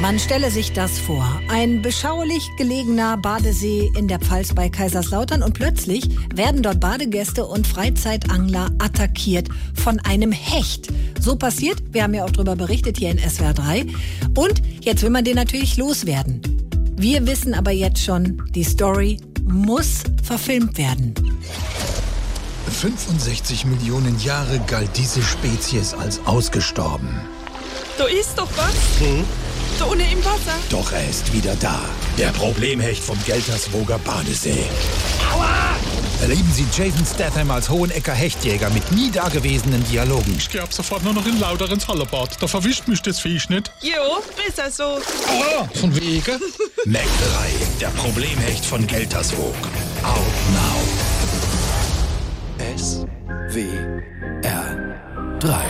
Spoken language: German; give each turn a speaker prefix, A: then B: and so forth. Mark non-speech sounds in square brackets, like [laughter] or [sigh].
A: Man stelle sich das vor. Ein beschaulich gelegener Badesee in der Pfalz bei Kaiserslautern und plötzlich werden dort Badegäste und Freizeitangler attackiert von einem Hecht. So passiert, wir haben ja auch darüber berichtet hier in SWR 3. Und jetzt will man den natürlich loswerden. Wir wissen aber jetzt schon, die Story muss verfilmt werden.
B: 65 Millionen Jahre galt diese Spezies als ausgestorben.
C: Da ist doch was. Da unten im Wasser.
B: Doch er ist wieder da. Der Problemhecht vom Gelterswoger Badesee. Aua! Erleben Sie Jason Statham als Hohenecker Hechtjäger mit nie dagewesenen Dialogen.
D: Ich geh ab sofort nur noch in Lauderens Hallerbad. Da verwischt mich das Viech nicht.
C: Jo, besser so.
D: Von
B: [laughs]
D: wegen?
B: Mac 3, der Problemhecht von Gelterswog. Out now.
E: S W R 3